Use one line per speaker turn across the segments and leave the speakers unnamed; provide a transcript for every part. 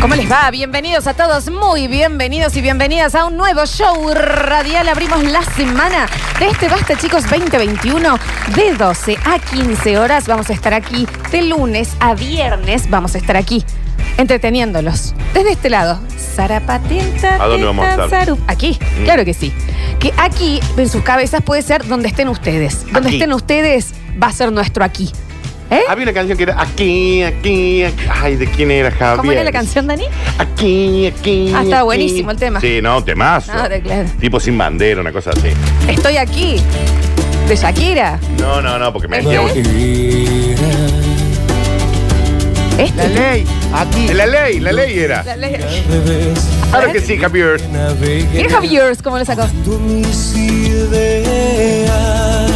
¿Cómo les va? Bienvenidos a todos, muy bienvenidos y bienvenidas a un nuevo show radial. Abrimos la semana de este Basta Chicos 2021 de 12 a 15 horas. Vamos a estar aquí de lunes a viernes. Vamos a estar aquí entreteniéndolos. Desde este lado, Sara
¿A dónde vamos a estar?
Aquí,
Mm.
claro que sí. Que aquí, en sus cabezas, puede ser donde estén ustedes. Donde
Aquí.
estén ustedes va a ser nuestro aquí. ¿Eh?
Había una canción que era aquí, aquí, aquí. Ay, ¿de quién era Javier?
¿Cómo era la canción, Dani?
Aquí, aquí.
Ah, estaba
aquí.
buenísimo el tema.
Sí, no, temazo.
No, de- claro.
Tipo sin bandera, una cosa así.
Estoy aquí. De Shakira.
No, no, no, porque me
¿Es
hacía
él?
La
Este.
ley, aquí. La ley, la ley era.
La ley.
Claro que sí, Javier.
Mira Javier, cómo lo sacó.
Qué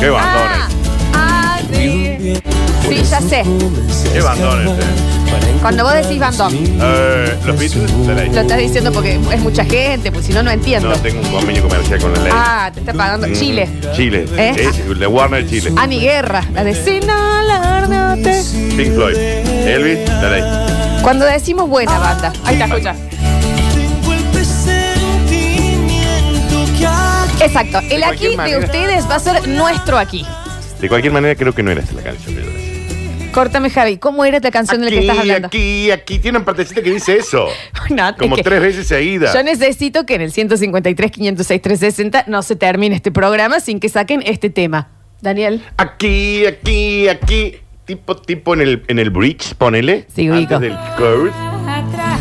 Ah,
bandones.
ah, sí. Sí, ya sé.
Qué bandones. eh.
Cuando vos decís bandón,
Eh, los Beatles, la ley.
lo estás diciendo porque es mucha gente, pues si no, no entiendo.
No tengo un convenio comercial con la ley.
Ah, te está pagando
Mm,
Chile.
Chile.
¿Eh? Ah.
Es de Warner Chile.
Ani Guerra, la de Sinaloa.
Pink Floyd. Elvis, la ley.
Cuando decimos buena banda. Ahí está, escucha.
Tengo el presentimiento que aquí
Exacto. El
De
aquí
cualquier
de
manera.
ustedes va a ser nuestro aquí.
De cualquier manera, creo que no era esta la canción. pero-
Córtame, Javi. ¿Cómo era esta canción de la que estás hablando?
Aquí, aquí, tienen partecita que dice eso.
No, es
Como
que-
tres veces seguida.
Yo necesito que en el 153, 506, 360 no se termine este programa sin que saquen este tema. Daniel.
Aquí, aquí, aquí. Tipo, tipo en el, en el bridge, ponele.
Sí, ubico.
Antes del chorus.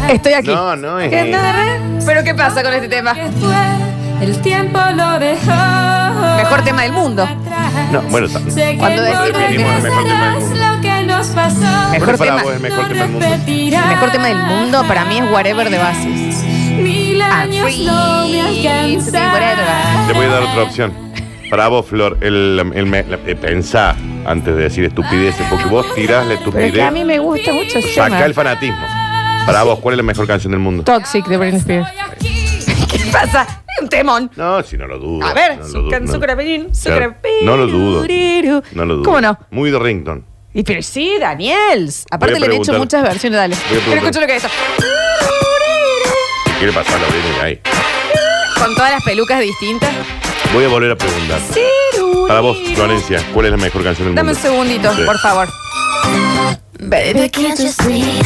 Estoy aquí.
No, no es.
¿Qué tal? Pero ¿qué pasa con este tema?
Que fue, El tiempo lo dejó.
Mejor tema del mundo.
No, bueno, ta-
Sé que
Cuando
no
decimos-
Definimos el mejor tema del
regresarás
mundo.
lo que nos pasó.
Mejor
Bueno, para
tema.
vos es mejor
No
tema del mundo.
repetirás.
El mejor tema del mundo para mí es Whatever de Basis.
Mil años
free
no me
to be whatever.
alcanzan.
Te voy a dar otra opción. Para vos, Flor, el, el me- la- eh, pensá antes de decir estupideces, porque vos tirás la
Pero es que a mí
estupidez.
me gusta mucho ese
Sacá
tema.
el fanatismo. Para vos, ¿cuál es la mejor canción del mundo?
Toxic de Britney Spears.
Estoy aquí.
¿Qué pasa? Es un temón.
No, si no lo dudo.
A ver,
no lo,
sucan-
dudo,
sucrapirín,
Claro, no lo dudo.
sucrapirurirú.
No lo dudo.
¿Cómo no?
Muy de Rington.
Y pero sí, Daniels. Aparte le han hecho
preguntar.
muchas versiones, dale. Pero
preguntar.
escucho lo que es eso.
¿Qué le pasó a la Britney ahí?
Con todas las pelucas distintas.
Voy a volver a preguntar. Para vos, Florencia, ¿cuál es la mejor canción del
Dame un
mundo?
segundito,
Sí.
por favor.
Baby, can't you see?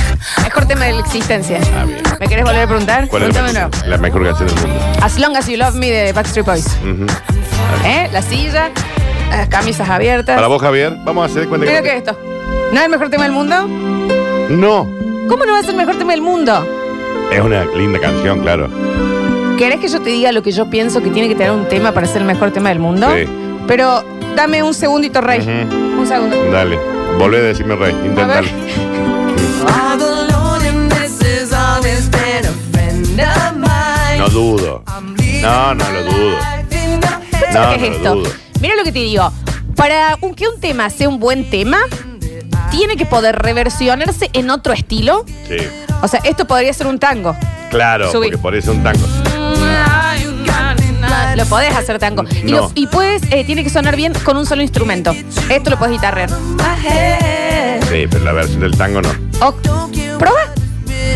Mejor tema de la existencia.
Ah, bien.
¿Me querés volver a preguntar?
¿Cuál es la
Pregúntame de
mejor,
nuevo.
la mejor canción del mundo?
As long as you love me de Backstreet Boys.
Ujú.
¿Eh? La silla, las camisas abiertas.
Para vos, Javier, vamos a hacer de cuenta
Mira
que...
que esto. ¿No es el mejor tema del mundo?
No,
¿Cómo no va a ser el mejor tema del mundo?
es una linda canción, claro.
¿Querés que yo te diga lo que yo pienso que tiene que tener un tema para ser el mejor tema del mundo?
Sí.
Pero dame un segundito, Rey.
Ujú.
Un segundo.
Dale, volvé a decirme rey,
A
intentalo.
ver.
All the loneliness has always been a friend of mine.
No dudo.
I'm leaving
No, no lo
my
dudo.
life in the hands
No,
¿Qué es
no
esto?
lo dudo.
Mira lo que te digo. Para un- que un tema sea un buen tema, tiene que poder reversionarse en otro estilo.
Sí,
O sea, esto podría ser un tango.
claro,
Subí.
porque por eso es un tango.
Lo podés hacer tango. Y,
No.
lo- y puedes, eh, tiene que sonar bien con un solo instrumento. Esto lo podés guitarrear.
Sí, pero la versión del tango no.
O- ¿Proba?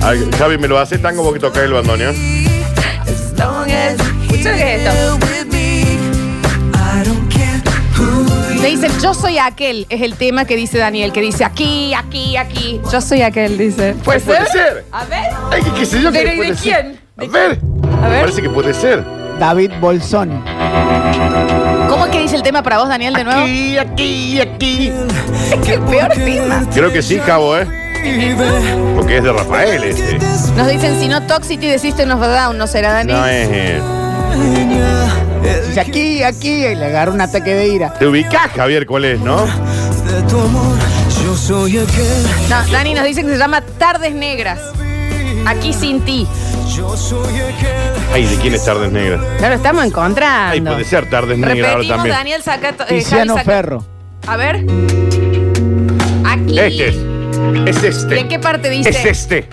Ay, Javi, ¿me lo hace tango vos que tocás el bandoneón?
as long as
Escucha lo que es esto.
you're with me. I don't care who
Te dice, yo soy aquel, es el tema que dice Daniel, que dice aquí, aquí, aquí. Yo soy aquel, dice. ¿Puede
Ay, puede ser.
A ver.
Ay, qué sé yo qué
Pero, ¿y de
puede ser.
quién?
A ver.
A ver.
Parece que puede ser.
David Bolsón.
¿Cómo es que dice el tema para vos, Daniel, de nuevo?
Aquí, aquí, aquí.
Es que el peor tema.
Creo que sí, Javo, ¿eh? Porque es de Rafael este.
Nos dicen, si no Toxicity de System of a Down, ¿no será, Dani?
No es. eh.
Dice aquí, aquí, y le agarró un ataque de ira.
Te ubicás, Javier, cuál es, ¿no?
de tu amor. Yo soy aquel.
No, Dani nos dicen que se llama Tardes Negras. Aquí sin ti.
Yo soy aquel.
Ay, ¿de quién es Tardes Negras?
Claro, estamos encontrando.
Ay, puede ser Tardes Negras ahora
Repetimos,
también.
Daniel saca. eh, Javi
Tiziano
saca-
Ferro.
A ver. Aquí.
Este es. Es este.
¿Y en qué parte dice?
Es este.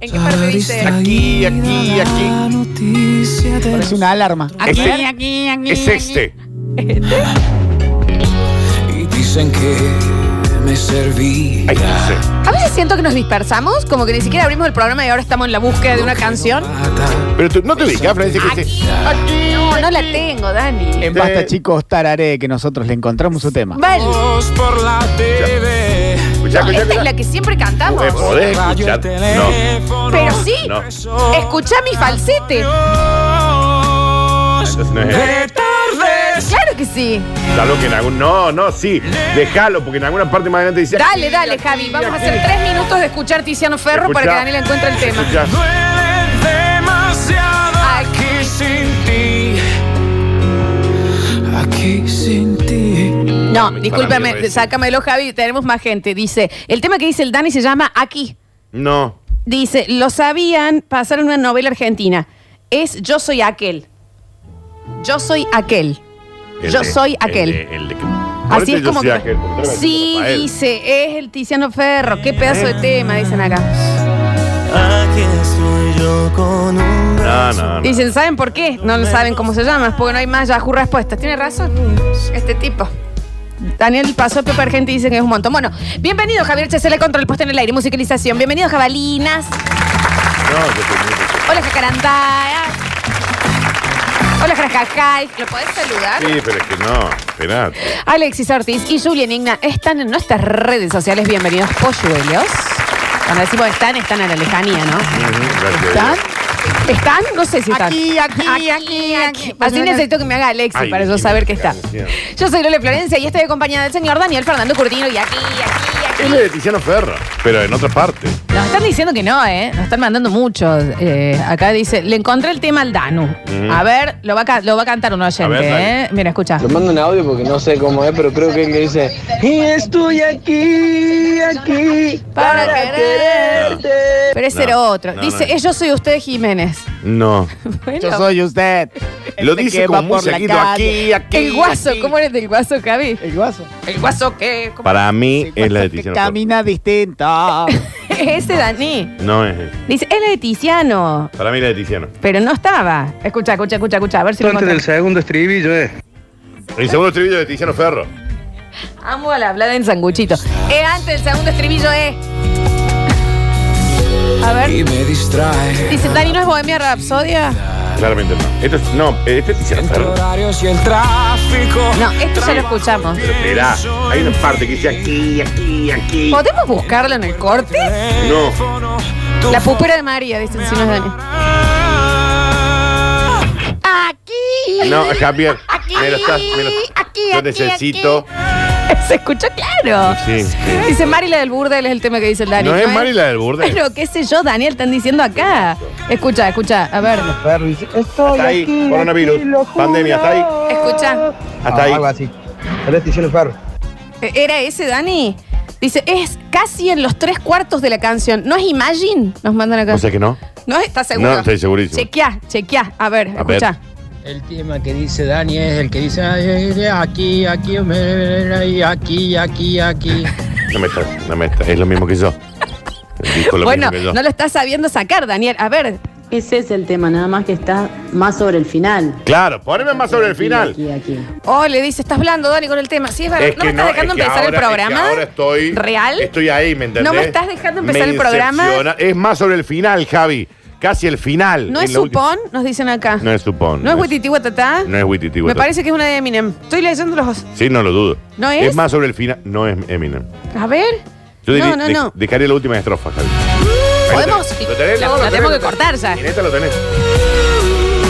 ¿En qué parte dice?
Aquí, aquí, aquí.
Noticia de
Es una alarma.
Aquí,
Este.
aquí, aquí.
Es
aquí.
este.
Y dicen que
me serví.
Ay, no sé.
A veces siento que nos dispersamos, como que ni siquiera abrimos el programa y ahora estamos en la búsqueda de una canción.
Pero tú no te ubicas, Francis, que este. dice,
No, no la tengo, Dani.
Eh, Este-
En basta, chicos, tararé que nosotros le encontramos su tema.
Vale.
por la TV.
escuchá, escuchá,
Esta es
escuchá.
la que siempre cantamos.
Eh, ¿Podés escuchar? No.
Pero sí,
No.
escucha mi falsete.
Entonces no es este. él.
Claro que sí.
Dalo que en algún. No, no, sí. Déjalo, porque en alguna parte más adelante dice.
Dale, dale, Javi. Vamos a hacer tres minutos de escuchar Tiziano Ferro para que
Escuchá.
Daniela encuentre el tema.
Escuchá.
Duele demasiado
Ay.
aquí sin ti. Aquí sin ti.
No,
mí no
discúlpame,
es.
sácamelo, Javi. Tenemos más gente. Dice: El tema que dice el Dani se llama Aquí.
No.
Dice: Lo sabían, pasaron una novela argentina. Es Yo soy aquel. Yo soy aquel.
El
Yo
de-
soy aquel.
El de, el de-
Así es
Yo
como
soy
que.
aquel, porque otra vez
Sí,
yo soy Rafael. Ah.
dice, es el Tiziano Ferro. Qué pedazo de tema, dicen acá.
Aquí estoy yo con un
No, no, Ah, no.
Dicen, ¿saben por qué? No lo saben cómo se llama, porque no hay más Yahoo respuestas. Tiene razón este tipo. Daniel pasó Pepe Argenti y dice que es un montón. Bueno, bienvenido Javier Chesele, control puesto en el aire, musicalización. Bienvenido Jabalinas.
No, yo soy muy-
Hola Jacarandá. Hola Jacacay. ¿Lo podés saludar?
Sí, pero es que no. Esperá.
Alexis Ortiz y Julian Igna están en nuestras redes sociales. Bienvenidos, polluelos. Cuando decimos están, están a la lejanía, ¿no?
Gracias.
¿Están? ¿Están? No sé si están.
Aquí, aquí, aquí, aquí.
Así necesito que me haga Alexi
Ay,
para yo
Cristina,
saber que está.
Cristina.
Yo soy Lola Florencia y estoy acompañada del señor Daniel Fernando Curtino y aquí, aquí,
Él
aquí.
es de Tiziano Ferro, pero en otra parte.
Nos están diciendo que no, ¿eh? Nos están mandando mucho. Eh, acá dice, le encontré el tema al Danu. A ver, lo va a, ca- lo va a cantar un oyente,
Mm. A ver, dale.
¿eh? Mira, escucha.
Les mando un audio porque no sé cómo es, pero creo que el que dice Y estoy aquí, aquí
Para
quererte
Pero ese
No,
era otro.
no,
dice,
no.
"Eh, yo soy usted Jiménez.
No.
Bueno.
Yo soy usted.
Lo
Este
dice
que
como
va
muy
por la
seguido,
calle.
aquí, aquí.
el guaso,
aquí.
¿cómo eres del guaso, Javi?
El guaso.
El guaso que...
Para mí
El
Eh, es la de
guaso que
Tiziano Ferro.
camina distinta.
Ese Dani.
No es él.
Dice, él es de Tiziano,
Para mí es la de Tiziano.
pero no estaba. Escucha, escucha, escucha, escucha, a ver si lo encontramos.
segundo estribillo es
El segundo estribillo de Tiziano Ferro.
Amo a la hablada en sanguchito. Eh, antes, el segundo estribillo es. A ver,
Y me distrae.
dice Dani, ¿no es Bohemia Rapsodia?
Claramente no. Esto es, no, este es Tiziano
Entre
Ferro.
horarios y el tráfico.
No, esto ya lo escuchamos.
Pero esperá, hay una parte que dice aquí, aquí, aquí.
¿Podemos buscarlo en el corte?
No.
Tu
La pupera de María, dicen si no es Dani. ¡Aquí!
No, Javier. me lo estás, me lo- Yo necesito.
Se escuchó claro.
Sí, sí.
Dice Marila del Burdel es el tema que dice el Dani.
No es Marila del Burdel.
Pero qué sé yo, Daniel, están diciendo acá. Escucha, escucha, a ver.
Estoy
Hasta ahí, coronavirus, pandemia, hasta ahí,
Escucha.
hasta
Ah,
ahí.
así Eres Tiziano Ferro
Eh, ¿Era ese Dani? Dice, es casi en los tres cuartos de la canción. ¿No es Imagine? Nos mandan acá.
O sea que no.
¿No estás seguro?
No, estoy segurísimo.
Chequeá, chequeá. A ver,
A ver.
escuchá.
El tema que dice Dani es el que dice "Ay, ay, ay, aquí, aquí, hombre, aquí, aquí, aquí.
No me está, no me está. Es lo mismo que yo. Dijo lo
Bueno,
mismo que yo.
no lo estás sabiendo sacar, Daniel. A ver.
Ese es el tema, nada más que está más sobre el final.
Claro, poneme más sobre el final.
Aquí, aquí.
Oh, le dice, estás blando, Dani, con el tema. Sí, es verdad.
Es
no me
que
estás
no,
dejando
es que
empezar el
ahora- es que
programa.
ahora estoy.
¿Real?
Estoy ahí, ¿me entendés?
No me estás dejando empezar
Me
el programa.
decepciona. Es más sobre el final, Javi. Casi el final.
¿No es
En la última-
Supón? Nos dicen acá.
No es Supón.
¿No es Huititihuatatá?
No es Huititi.
Me parece que es una de Eminem. Estoy leyendo los...
Sí, no lo dudo.
¿No es?
Es más sobre el final. No es Eminem.
A ver.
Yo diría,
no, no,
de-
no.
dejaría la última estrofa, Javi.
Podemos...
Lo tenés,
La,
no, lo
la
tenés,
tenemos
lo
que
tenés.
cortar ya.
Y neta lo tenés.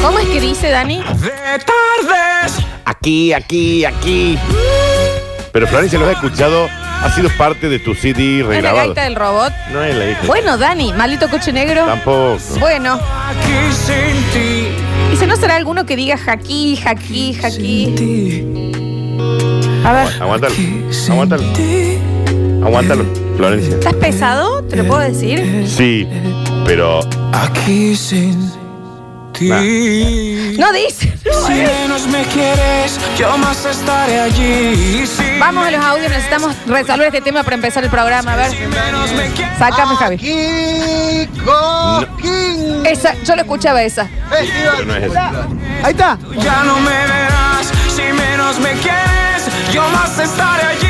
¿Cómo es que dice, Dani?
de tardes.
Aquí, aquí, aquí.
Pero Florencia, los has escuchado. Ha sido parte de tu CD
¿No ¿Es la
regrabado.
gaita del robot?
No es la gaita.
Bueno, Dani, maldito coche negro.
Tampoco.
Bueno.
Aquí sin ti.
Dice, ¿no será alguno que diga jaquí, jaquí,
Sin
jaquí?
ti.
A ver,
Aguántalo.
aquí sin
Aguántalo.
ti.
Aguántalo. Florencia.
¿estás pesado? ¿Te lo puedo decir?
Sí, pero
Aquí sin ti.
Nah.
No dice.
Si menos me quieres, yo más estaré allí. Y si
Vamos a los audios, necesitamos resolver este tema para empezar el programa. A ver,
menos me quieres,
Ah,
sácame, Javi. Esa, yo lo escuchaba esa.
pero no es eso.
Ahí está.
ya no me verás. Si menos me quieres, yo más estaré allí.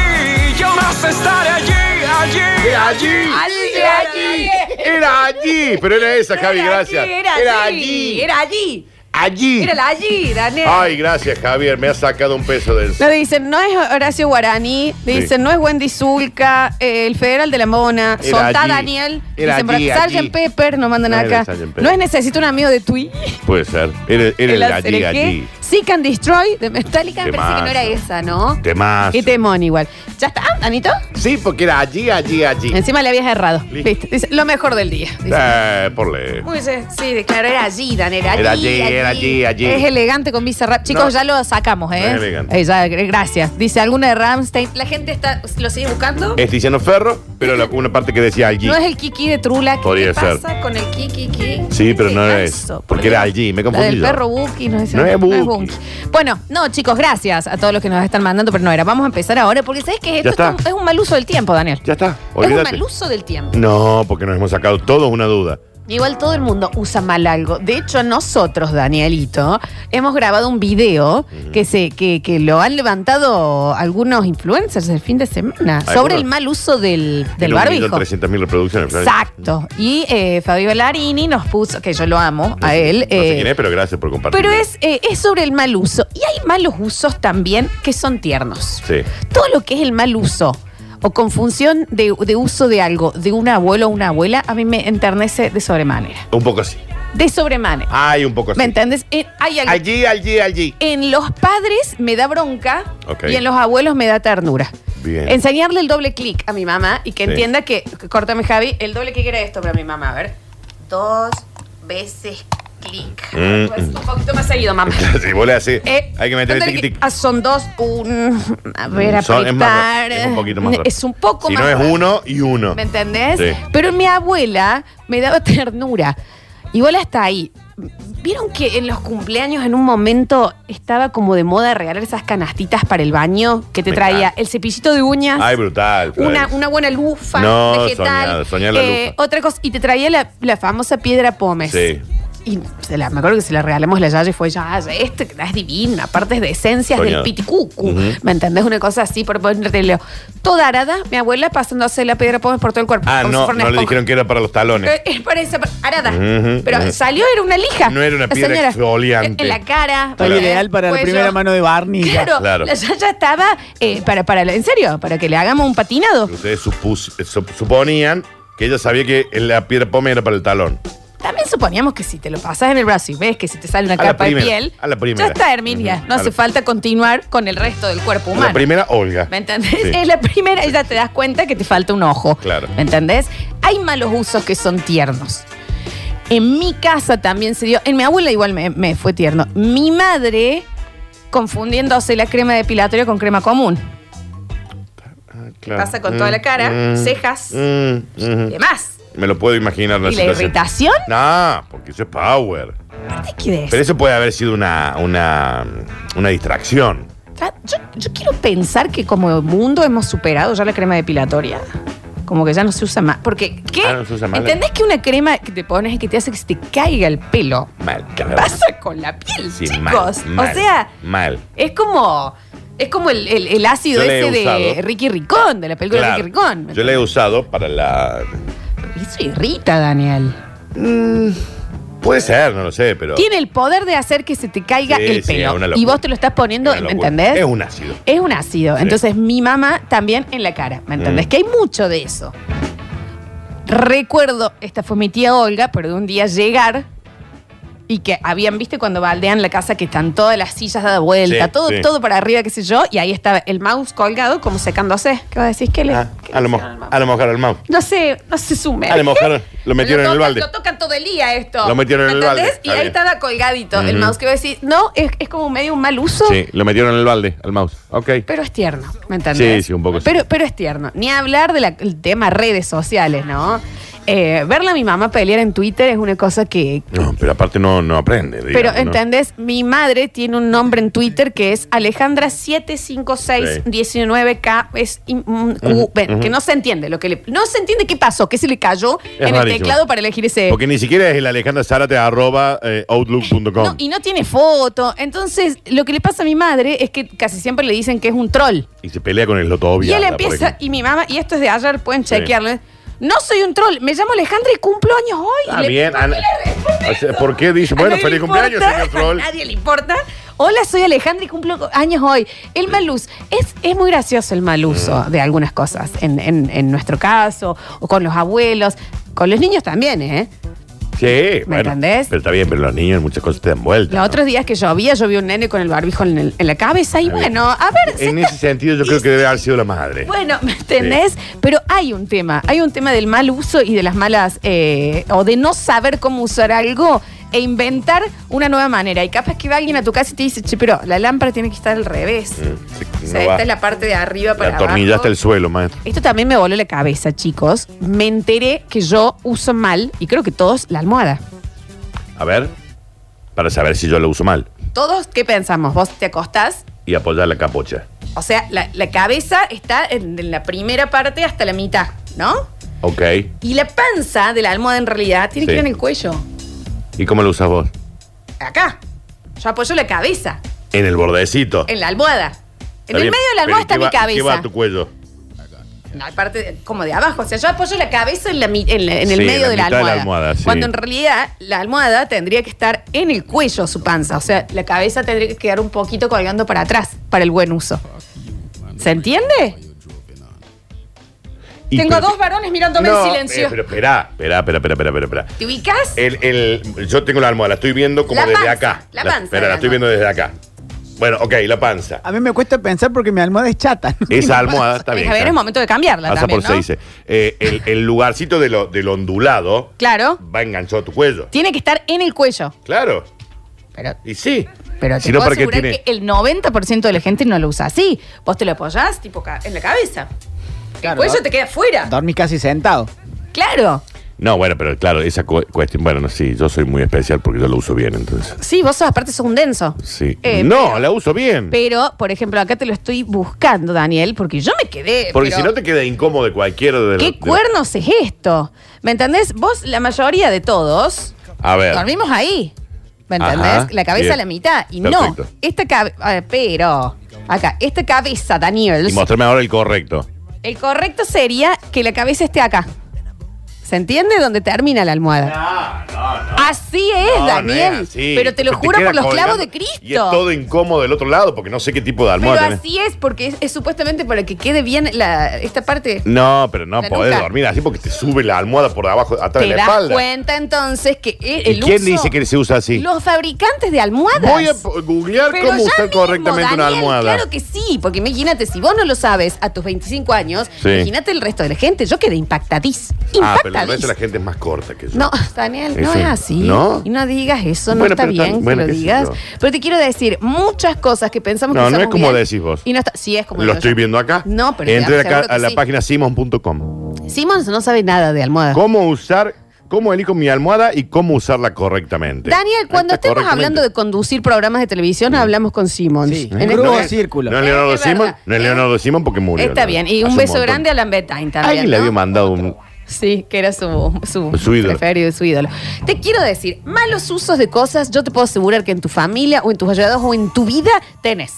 Yo Yo más estaré allí, allí,
Era allí. Era allí. Era allí. Pero era esa, Javi, gracias.
Era allí. Era allí.
Allí.
Era la allí, Daniel.
Ay, gracias, Javier. Me has sacado un peso de
No, dicen, no es Horacio Guaraní, dicen, no es Wendy Zulka, eh, el federal de la Mona,
Era
Soltá
allí.
Daniel,
Era
dicen, por
allí,
acá, Sgt.
allí.
Pepper, nos mandan
No era
acá.
Sgt. Pepper.
No es necesito un amigo de Twi.
Puede ser. Era, era el
Era-
allí,
¿era qué?
allí.
Seek and Destroy de Metallica, me parece que
Temazo.
no era esa, ¿no?
Temazo.
Y temón igual. ¿Ya está, Anito?
Sí, porque era allí, allí, allí.
Encima le habías errado.
Listo.
Listo. Dice, lo mejor del día. Dice.
Eh, por lejos.
Uy, sí, sí, claro, era allí, Dan, era allí.
Era allí, era allí, allí.
Es elegante con Visa Rap. Chicos,
No.
ya lo sacamos, ¿eh?
No es elegante.
Eh, ya, eh, gracias. Dice alguna de Ramstein. La gente está, lo sigue buscando.
Es Tiziano Ferro, pero la- una parte que decía allí.
No es el Kiki de Trula. ¿Qué
Podría
pasa
ser.
con el Kiki? Kiki?
Sí, pero no
Qué
es.
ganso,
Porque
por
era
Dios.
allí, me
La
confundí.
del
yo.
perro Buki, no es,
No es Buki.
Bueno, no, chicos, gracias a todos los que nos están mandando, pero no era. Vamos a empezar ahora, porque ¿sabes que Esto
Ya está.
es un- es un mal uso del tiempo, Daniel.
Ya está,
Es un
olvídate.
mal uso del tiempo.
No, porque nos hemos sacado todos una duda.
Igual todo el mundo usa mal algo. De hecho, nosotros, Danielito, hemos grabado un video que, se, que, que lo han levantado algunos influencers el fin de semana sobre el mal uso del, del barbijo.
300.000 reproducciones. Flor.
Exacto. Y eh, Fabio Larini nos puso, que yo lo amo
No
a
sé-
él.
No sé
eh,
quién es, pero gracias por compartir.
pero es, eh, es sobre el mal uso. Y hay malos usos también que son tiernos.
Sí.
Todo lo que es el mal uso o confusión de, de uso de algo, de un abuelo o una abuela, a mí me enternece de sobremanera.
Un poco así.
De sobremanera.
Ay, un poco así.
¿Me entiendes? Eh, hay algo-
Allí, allí, allí.
En los padres me da bronca
Ok.
y en los abuelos me da ternura.
Bien.
Enseñarle el doble clic a mi mamá y que
Sí.
entienda que, que- córtame Javi, el doble clic era esto para mi mamá. A ver. Dos veces clic.
Mm,
Pues, un poquito más seguido, mamá.
si vos le haces,
Eh,
hay que meter
ándale
tic
que-
tic.
ah, son dos, un. A ver,
Son- es más
apretar.
rápido, es un poquito más rápido.
Es un poco
Si
más
no es
rápido.
uno y uno.
¿Me entendés?
Sí.
Pero mi abuela me daba ternura. Igual hasta ahí. ¿Vieron que en los cumpleaños en un momento estaba como de moda regalar esas canastitas para el baño que te
Me
traía
encanta.
el cepillito de uñas?
Ay, brutal. Flor.
Una, una buena lufa
No,
vegetal. eh,
soñado, soñar la lufa.
Otra cosa, y te traía la, la famosa piedra pómez.
Sí.
Y se la- me acuerdo que se la regalamos a la Yaya y fue, Yaya, este que es divina, aparte es de esencias
Soñado.
del piticucu.
Ujú.
¿Me entendés? Una cosa así, por ponértelo. Toda arada, mi abuela pasándose la piedra pómez por todo el cuerpo.
Ah,
como si
no,
fuera una
no le
esponja.
dijeron que era para los talones.
Eh, Es para esa para- arada.
Ujú,
Pero
ujú.
salió, era una lija.
No era una
La
piedra
señora,
exfoliante.
En la cara.
Está
eh,
ideal para la
cuello.
primera mano de barniz.
Claro,
Claro.
la Yaya estaba eh, para, para, la- en serio, para que le hagamos un patinado.
Ustedes supus- sup- suponían que ella sabía que la piedra pome era para el talón.
También suponíamos que si te lo pasas en el brazo y ves que si te sale una
A la
capa de
primera,
piel,
a la primera.
ya está Herminia.
Ujú,
No
a
hace
la-
falta continuar con el resto del cuerpo humano.
La primera, Olga.
¿Me entendés?
Sí.
Es la primera y ya te das cuenta que te falta un ojo.
Claro.
¿Me entendés? Hay malos usos que son tiernos. En mi casa también se dio. En mi abuela igual me, me fue tierno. Mi madre confundiéndose la crema depilatoria con crema común.
Ah, claro.
Pasa con toda la cara, cejas.
mm, ujú.
Demás.
Me lo puedo imaginar la
¿Y la
situación.
irritación?
No, porque eso es power.
¿Qué quieres?
Pero eso puede haber sido una, una, una distracción.
Tra- Ah, Yo, yo quiero pensar que como mundo hemos superado ya la crema depilatoria. Como que ya no se usa más. Porque, ¿qué?
Ah, no se usa más la-
¿Entendés que una crema que te pones y que te hace que se te caiga el pelo?
Mal,
¿Qué
claro.
pasa con la piel,
Sí, mal,
chicos?
mal,
o sea,
Mal.
es como. Es como el, el- el ácido
Yo la he
ese de
usado.
Ricky Ricón, de la película
Claro.
de Ricky Ricón.
Yo la he usado para la.
Eso irrita, Daniel.
Puede ser, no lo sé, pero.
Tiene el poder de hacer que se te caiga
Sí,
el
sí, es
pelo.
una
y
locura.
vos te lo estás poniendo,
Es una
¿me
locura.
entendés?
Es un ácido.
Es un ácido.
Sí.
Entonces, mi mamá también en la cara. ¿Me entendés?
Mm.
Que hay mucho de eso. Recuerdo, esta fue mi tía Olga, pero de un día llegar y que habían, viste, cuando baldean la casa que están todas las sillas dadas vuelta,
Sí,
todo,
sí.
todo para arriba, qué sé yo, y ahí estaba el mouse colgado como secándose. ¿Qué vas a decir? ¿Qué le,
Ah,
qué le
a, lo mo-
hicieron al mouse?
a lo mojar al mouse.
No sé, no se sume.
Ah, lo mojaron, lo metieron en el balde.
Lo tocan todo el día esto.
Lo metieron en el balde,
¿Entendés? Y
está
ahí
bien.
estaba colgadito el
Ujú.
mouse. Que voy a decir, no, es, es como medio un mal uso.
Sí, lo metieron en el balde, al mouse. Ok.
Pero es tierno, ¿me entendés?
Sí, sí, un poco sí.
Pero, pero es tierno. Ni hablar del tema redes sociales, ¿no? eh, verla a mi mamá pelear en Twitter es una cosa que...
No, pero aparte no, no aprende.
Pero,
digamos, ¿no?
¿entendés? Mi madre tiene un nombre en Twitter que es Alejandra75619K. Es im- mm,
Ujú,
u- ven,
ujú.
Que no se entiende lo que le... No se entiende qué pasó, qué se le cayó
Es
en
rarísimo.
el teclado para elegir ese...
Porque ni siquiera es el Alejandra Zárate arroba eh, outlook.com.
No, y no tiene foto. Entonces, lo que le pasa a mi madre es que casi siempre le dicen que es un troll.
y se pelea con el
Y
Lotovia.
él empieza, y mi mamá, y esto es de ayer, pueden chequearlo. No soy un troll, me llamo Alejandra y cumplo años hoy.
Está
Le-
bien. Ana- o sea, ¿Por qué dice?
¿A
Bueno,
nadie le
feliz
importa?
cumpleaños, señor Troll.
A nadie le importa. Hola, soy Alejandra y cumplo años hoy. El mal uso. Es, es muy gracioso el mal uso
Mm.
de algunas cosas. En, en- en nuestro caso, o con los abuelos, con los niños también, ¿eh?
Sí, bueno.
entendés?
Pero está bien, pero los niños en muchas cosas te dan vuelta.
Los otros días que llovía, yo vi un nene con el barbijo en, el- en la cabeza y
Está bien.
bueno, a ver, se
En ese sentido, yo creo que debe haber sido la madre.
Bueno, ¿me entendés? Pero hay un tema, hay un tema del mal uso y de las malas, eh, o de no saber cómo usar algo e inventar una nueva manera. Y capaz que va alguien a tu casa y te dice, che, pero la lámpara tiene que estar al revés.
Sí,
O
Mm, no
sea,
va.
esta es la parte de arriba para
La atornillaste
abajo.
el suelo, maestro.
Esto también me voló la cabeza, chicos. Me enteré que yo uso mal, y creo que todos, la almohada.
A ver, para saber si yo lo uso mal.
Todos, ¿qué pensamos? Vos te acostás,
Y apoyar la capocha.
o sea, la, la cabeza está en- en la primera parte hasta la mitad, ¿no?
Ok.
Y la panza de la almohada en realidad tiene que
Sí.
ir en el cuello.
¿Y cómo lo usas vos?
Acá. Yo apoyo la cabeza
En el bordecito.
en la almohada. En
Está
el medio
bien,
de la
pero
almohada
¿y qué
está mi
va- ¿Qué va
cabeza.
a tu cuello?
No, hay parte de- como de abajo. O sea, yo apoyo la cabeza en, la mi- en la- en el
Sí, en
medio
la
de, la
mitad de
almohada,
la almohada, sí.
Cuando en realidad la almohada tendría que estar en el cuello su panza. O sea, la cabeza tendría que quedar un poquito colgando para atrás para el buen uso. ¿Se entiende?
Y
Tengo
pero-
dos varones mirándome
No,
en silencio.
eh, pero espera, espera, espera, espera, espera, espera.
¿Te ubicas?
El, el- yo tengo la almohada, la estoy viendo como
La
desde
panza,
acá.
la panza de
Espera,
la
la estoy viendo desde acá. Bueno, ok, la panza.
A mí me cuesta pensar porque mi almohada es chata. ¿no?
Esa almohada está bien.
Deja ver,
claro.
es momento de cambiarla
Pasa
también,
por
¿no?
seis. Eh, el, el lugarcito de lo- del ondulado
Claro.
va enganchado a tu cuello.
Tiene que estar en el cuello.
Claro.
Pero
Y sí.
Pero te
Si no,
puedo
¿para qué
asegurar
tiene?
que el 90% de la gente no lo usa así. Vos te lo apoyás tipo ca- en la cabeza.
Claro,
el cuello
dor-
Pues te queda fuera.
Dormí casi sentado.
Claro.
No, bueno, pero claro, esa cu- cuestión. Bueno, sí, yo soy muy especial porque yo lo uso bien, entonces.
Sí, vos sos, aparte sos un denso.
Sí.
Eh,
no, la uso bien.
Pero, por ejemplo, acá te lo estoy buscando, Daniel, porque yo me quedé.
porque
pero,
si no te queda incómodo cualquiera de los.
¿Qué cuernos es esto? ¿Me entendés? Vos, la mayoría de todos,
A ver.
dormimos ahí. ¿Me
Ajá,
entendés? la cabeza
bien.
a la mitad. Y
Perfecto.
no, esta cabeza. Pero, acá, esta cabeza, Daniel.
Y mostrame ahora el correcto.
El correcto sería que la cabeza esté acá. ¿Se entiende? Donde termina la almohada.
No, no, no.
Así es,
No,
Daniel.
nena, sí.
Pero te lo juro
queda
por los
colgando.
clavos de Cristo.
Y es todo incómodo del otro lado porque no sé qué tipo de
Pero
almohada tenés.
así es, porque es, es supuestamente para que quede bien la, esta parte.
No, pero no
La
podés
nuca.
dormir así porque te sube la almohada por abajo, atrás
¿Te
de la
das
espalda.
cuenta entonces que e-
¿Y
el
quién
uso-
dice que se usa así?
Los fabricantes de almohadas.
Voy a po- googlear
Pero
cómo
ya
usar
mismo,
correctamente una
Daniel,
almohada.
Claro que sí, porque imagínate, si vos no lo sabes a tus 25 años,
Sí.
imagínate el resto de la gente. Yo quedé impactadís.
Ah, pero el resto
Impactadís.
de la gente es más corta que yo.
No, Daniel, no
Eso,
es así.
¿no?
Y no digas eso, no
Bueno,
está
pero está-
bien que
bueno,
lo
qué sé
digas.
yo.
Pero te quiero decir, muchas cosas que pensamos que
No, no
usamos
es como
bien
decís vos.
Y no está, sí, es como
Lo
digo
estoy
yo.
viendo acá.
No, pero
Entre
digamos,
acá
seguro que
a la
sí.
página simon.com.
Simons no sabe nada de almohada.
¿Cómo usar, cómo elijo mi almohada y cómo usarla correctamente?
Daniel,
Ahí
cuando
está,
estemos hablando de conducir programas de televisión, hablamos con Simons.
Sí.
En
¿Eh?
este-
Grupo
es-
círculo.
No es Leonardo
Es
Simon,
verdad.
no es Leonardo Simon porque murió.
Está
¿no?
bien. Y
Hace
un beso
montón.
grande a Lambetain también.
Alguien le
¿no?
había mandado un.
Sí, que era su, su,
Su ídolo.
preferido, su ídolo. Te quiero decir, malos usos de cosas, yo te puedo asegurar que en tu familia o en tus allegados o en tu vida tenés.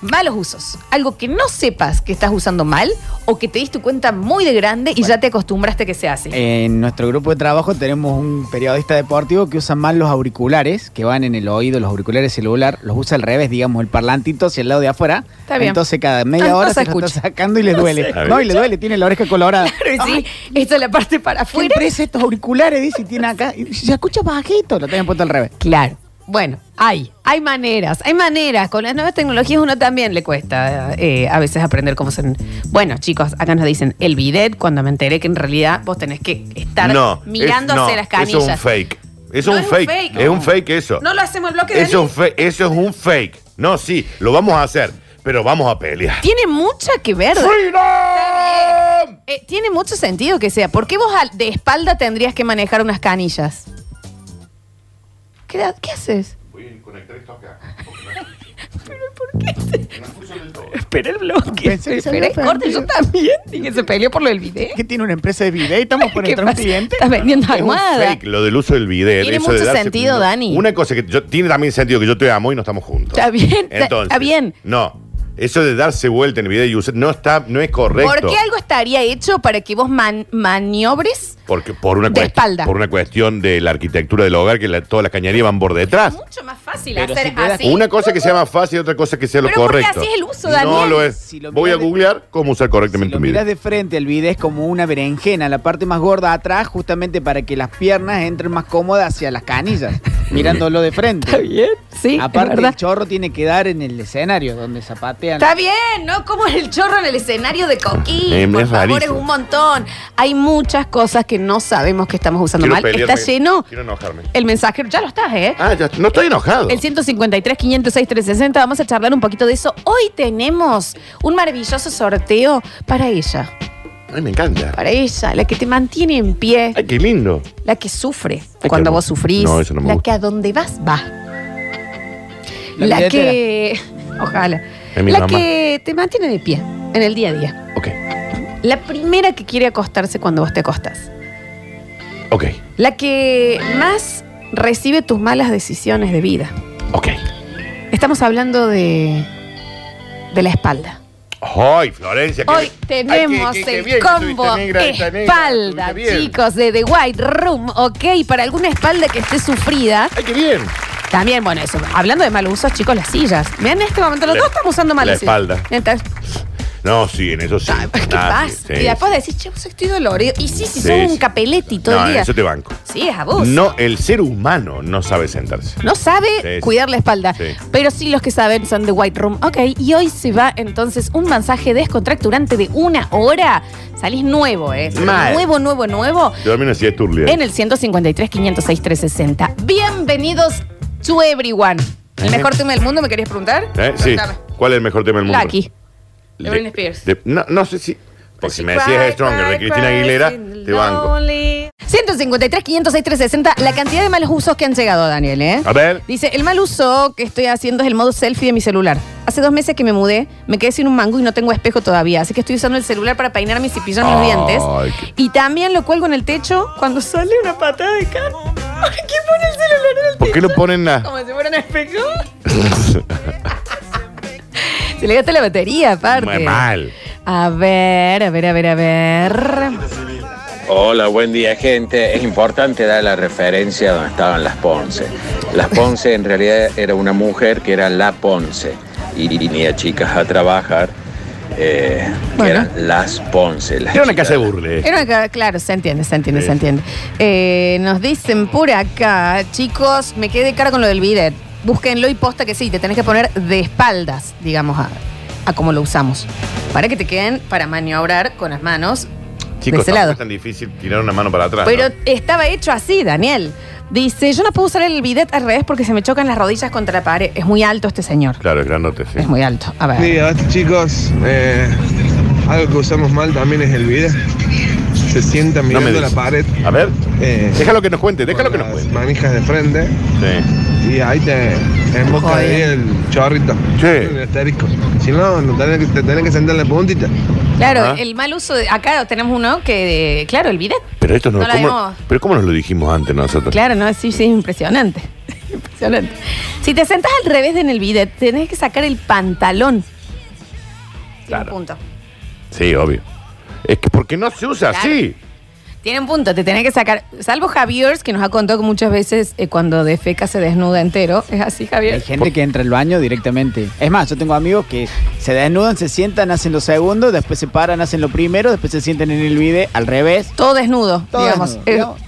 Malos usos. Algo que no sepas que estás usando mal o que te diste cuenta muy de grande y ya te acostumbraste que sea así.
En nuestro grupo de trabajo tenemos un periodista deportivo que usa mal los auriculares, que van en el oído, los auriculares celular, los usa al revés, digamos, el parlantito hacia el lado de afuera.
Está bien.
Entonces cada
Ah,
media
no
hora
se
se, lo
escucha.
está sacando y le duele.
escucha.
No, y le duele, tiene la oreja colorada.
Pero
Ay,
sí, esta es la parte para
¿Qué
afuera.
empresa estos auriculares? Dice, y tiene acá. Y se escucha bajito, lo tienen puesto al revés.
Claro. Bueno, hay, hay maneras, hay maneras. Con las nuevas tecnologías uno también le cuesta eh, a veces aprender cómo son. Bueno, chicos, acá nos dicen el bidet, cuando me enteré que en realidad vos tenés que estar
No.
mirando
es- no,
hacia las canillas.
Eso es un fake. Eso
No
es un fake. Es
no.
un fake eso.
No lo hacemos el bloque de
Eso es, un fe- eso es un fake. No, sí, lo vamos a hacer. pero vamos a pelear.
Tiene mucha que ver. Está bien. Eh, tiene mucho sentido que sea. ¿Por qué vos al- de espalda tendrías que manejar unas canillas? ¿Qué, da- qué haces? Espera el bloque.
Pensé que
Espera el
se había
corte, yo también. Dije, se peleó por lo del video.
¿Qué tiene una empresa de bidet? ¿Estamos por
¿Qué
entrar a un
pasa?
cliente?
Estás vendiendo almohada.
Fake, lo del uso del bidet.
Tiene
eso de
mucho
darse-
sentido, Dani.
Una cosa que yo- tiene también sentido que yo te amo y no estamos juntos.
Está bien, está-
Entonces,
está bien.
No, eso de darse vuelta en el bidet y usar no está, no es correcto.
¿Por qué algo estaría hecho para que vos man- maniobres?
Porque por una,
De
cuest-
espalda.
por una cuestión de la arquitectura del hogar, que la- todas las cañerías van por detrás.
Mucho más fácil
Pero
hacer
si te das-
así.
Una cosa que sea más fácil y otra cosa que sea lo
Pero ¿por qué
correcto.
así es el uso,
No
Daniel?
lo es.
Si lo
Voy a
miras de-
googlear cómo usar
Si
correctamente
lo
un bidet.
miras de frente, el bidet es como una berenjena, la parte más gorda atrás, justamente para que las piernas entren más cómodas hacia las canillas, mirándolo de frente.
Está bien. Sí, es
Aparte,
verdad.
el chorro tiene que dar en el escenario donde zapatean.
Está bien, ¿no? Como el chorro en el escenario de Coquín.
Eh,
por
es
favor,
rarísimo.
es un montón. Hay muchas cosas que no sabemos que estamos usando
Quiero
mal.
pelearme.
Está lleno.
Quiero enojarme.
El mensajero, ya lo estás, ¿eh?
Ah, ya, no estoy enojado.
El 153, 506, 360. Vamos a charlar un poquito de eso. Hoy tenemos un maravilloso sorteo para ella.
Ay, me encanta.
Para ella, la que te mantiene en pie,
Ay, qué lindo.
la que sufre
Ay,
cuando
qué
vos
hermoso.
sufrís,
No, eso no me
la
gusta.
que a donde vas, va.
La
La,
billetera.
que. Ojalá.
Es mi
La
mamá.
que te mantiene de pie en el día a día.
Ok,
La primera que quiere acostarse cuando vos te acostás.
ok,
La que más recibe tus malas decisiones de vida.
ok.
Estamos hablando de. de la espalda.
Ay, Florencia. qué
Hoy
bien.
tenemos
Ay, qué- qué- qué
el
bien que
combo
estuviste negra, esta negra,
espalda,
estuviste bien.
chicos, de The White Room, ¿ok? Para alguna espalda que esté sufrida.
Ay, qué bien.
También, bueno, eso. Hablando de mal uso, chicos, las sillas. Vean, en este momento los
La-
dos estamos usando mal
la
las sillas.
espalda.
Entonces,
No, sí, en eso sí.
¿Qué
Ah,
pasa?
sí, sí,
y después decís, che, vos estoy dolorido. Y sí, si
Sí,
sos un
sí.
capeletti
sí.
todo
no,
el
en
día.
eso te banco.
Sí, es abuso. No,
No, el ser humano no sabe sentarse.
sabe
Sí, sí.
cuidar la espalda.
Sí.
Pero sí los que saben son de White Room. Ok, y hoy se va entonces un masaje descontracturante de una hora. Salís nuevo, ¿eh?
Mal.
Nuevo, nuevo, nuevo.
Yo también así es turbia.
En el 153, 506, 360. Bienvenidos to everyone. ¿El
Ajá.
mejor tema del mundo me querías preguntar?
¿Eh? Sí.
Preguntame.
¿Cuál es el mejor tema del mundo?
Lucky.
Le-
Britney Spears.
de- no, no sé si. Porque si me decías Stronger de Cristina Aguilera, te banco.
153, 506, 360. La cantidad de malos usos que han llegado, Daniel, ¿eh?
A ver.
Dice, el mal uso que estoy haciendo es el modo selfie de mi celular. Hace dos meses que me mudé, me quedé sin un mango y no tengo espejo todavía. Así que estoy usando el celular para peinar mis cepillos mis
Ay,
dientes.
qué-
Y también lo cuelgo en el techo cuando sale una patada de carne. Ay, ¿Qué pone el celular en el
¿Por qué
techo?
lo ponen a.?
Como si fuera un espejo. Se le gasta la batería, aparte.
Mal.
A ver, a ver, a ver, a ver.
Hola, buen día gente. Es importante dar la referencia donde estaban las Ponce. Las Ponce en realidad era una mujer que era la Ponce y venía chicas a trabajar eh, que eran las Ponce. las
Era una
chicas
casa de burles.
Era una- claro, se entiende, se entiende,
Sí.
se entiende. Eh, nos dicen por acá, chicos, me quedé cara con lo del bidet. Búsquenlo y posta que sí, te tenés que poner de espaldas, digamos, a, a como lo usamos. Para que te queden para maniobrar con las manos de
Chicos,
ese
tampoco
lado.
es tan difícil tirar una mano para atrás.
Pero
Ah, ¿no?
estaba hecho así, Daniel. Dice, yo no puedo usar el bidet al revés porque se me chocan las rodillas contra la pared. Es muy alto este señor.
Claro, es grandote, sí.
Es muy alto. A ver.
Diga, chicos, eh, algo que usamos mal también es el video. Se sienta
No me
mirando la
digas.
pared.
A ver.
eh,
Déjalo que nos cuente, déjalo
con
que nos
las
cuente.
Manijas de frente
Sí.
y ahí te emboca
Joder.
ahí el chorrito.
Sí.
El estérico. Si no, no tenés que- te tenés que sentar en la puntita.
Claro,
Ajá.
el mal uso de, acá tenemos uno que, claro, el bidet.
Pero esto no,
No la
¿cómo-
vimos.
pero cómo nos lo dijimos antes nosotros.
Claro, no, sí, sí, es impresionante. impresionante. Si te sentás al revés en el bidet, tenés que sacar el pantalón. Tiene
Claro.
un punto.
Sí, obvio. Es que porque no se usa
Claro.
así.
Tiene un punto, te tenés que sacar. Salvo Javier, que nos ha contado que muchas veces eh, cuando defeca se desnuda entero. ¿Es así,
Hay
Javier?
gente que entra al baño directamente. Es más, yo tengo amigos que se desnudan, se sientan, hacen lo segundo, después se paran, hacen lo primero, después se sientan en el bidet al revés.
Todo desnudo,
Todo
digamos.
desnudo,
Eh,
digamos.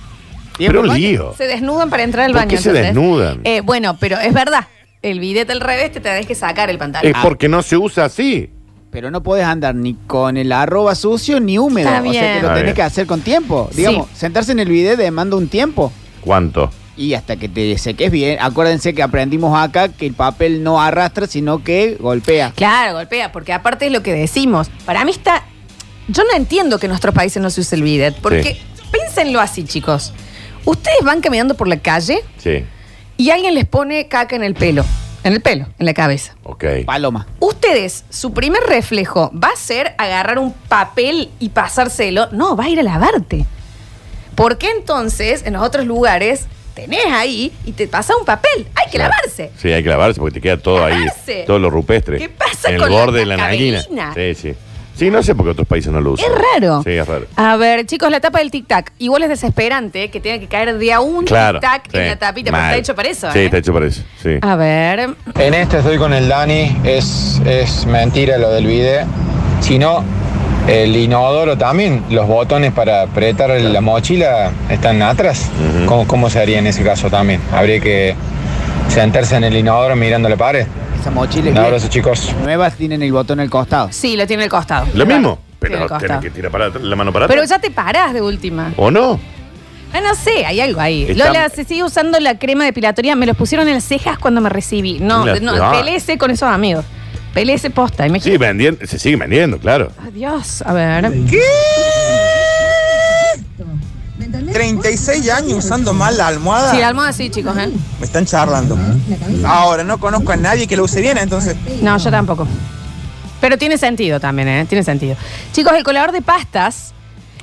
Pero un
¿Baño?
lío.
Se desnudan para entrar al
¿Por
baño.
qué se
¿entendés?
desnudan?
Eh, bueno, pero es verdad. El bidet al revés te tenés que sacar el pantalón.
Es porque no se usa así.
Pero no podés andar ni con el arroba sucio ni húmedo.
Está
O sea que
bien.
lo
Está
tenés
bien.
que hacer con tiempo.
Sí.
Digamos, sentarse en el bidet demanda un tiempo.
¿Cuánto?
y hasta que te seques bien. Acuérdense que aprendimos acá que el papel no arrastra, sino que golpea.
Claro, golpea, porque aparte es lo que decimos. Para mí está. Yo no entiendo que en nuestros países no se use el bidet, porque piénsenlo así, chicos. Ustedes van caminando por la calle
Sí,
y alguien les pone caca en el pelo. En el pelo, en la cabeza.
ok.
Paloma.
Ustedes, su primer reflejo va a ser agarrar un papel y pasárselo. No, va a ir a lavarte. Porque entonces, en los otros lugares, tenés ahí y te pasa un papel. Hay que lavarse.
Sí, hay que lavarse porque te queda todo
Lavarse.
ahí, todo lo rupestre.
¿Qué pasa
En el
con la
borde de la
cacaverina?
naguina. Sí, sí. Sí, no sé por qué otros países no lo usan.
Es raro.
Sí, es raro.
A ver, chicos, la tapa del tic-tac. Igual es desesperante que tenga que caer de a un
Claro.
tic-tac
sí.
en la tapita, porque
Mal.
está hecho para eso.
Sí,
¿eh?
está hecho para eso. Sí.
A ver.
En este estoy con el Dani, es, es mentira lo del video. Si no, el inodoro también, los botones para apretar la mochila están atrás. ¿Cómo, ¿Cómo se haría en ese caso también? Habría que sentarse en el inodoro mirando la pared.
Esa mochila es
Un
bien.
abrazo, chicos.
Las nuevas tienen el botón al costado.
Sí, lo tiene el costado.
Lo mismo,
Tiene el
pero
costado.
tenés que tirar para atrás, la mano para
Pero
atrás.
ya te parás de última.
¿O no?
Ah, no sé, hay algo ahí.
Está-
Lola, se sigue usando la crema depilatoria. Me los pusieron en las cejas cuando me recibí. No,
La-
no,
Ah.
pelece con esos amigos. Pelece posta,
Sí,
imagínate.
vendiendo, se sigue vendiendo, claro.
Dios, a ver.
36 años usando mal la almohada.
Sí, la almohada sí, chicos, ¿eh?
Me están charlando. Ahora no conozco a nadie que lo use bien, entonces.
No, yo tampoco. Pero tiene sentido también, ¿eh? Tiene sentido. Chicos, el colador de pastas,